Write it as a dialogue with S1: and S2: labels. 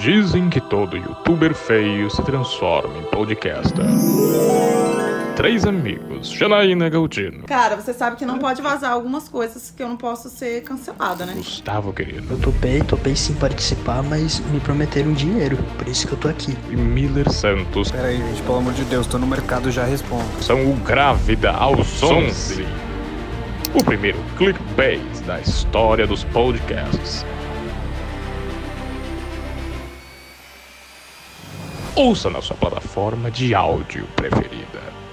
S1: Dizem que todo youtuber feio se transforma em podcaster. Três amigos, Janaína Galdino,
S2: Cara, você sabe que não pode vazar algumas coisas que eu não posso ser cancelada, né?
S1: Gustavo Querido
S3: Eu topei, topei sim participar, mas me prometeram dinheiro, por isso que eu tô aqui.
S1: e Miller Santos
S4: Pera aí, gente, pelo amor de Deus, tô no mercado já respondo.
S1: são o Grávida aos 11. O primeiro clickbait da história dos podcasts. Ouça na sua plataforma de áudio preferida.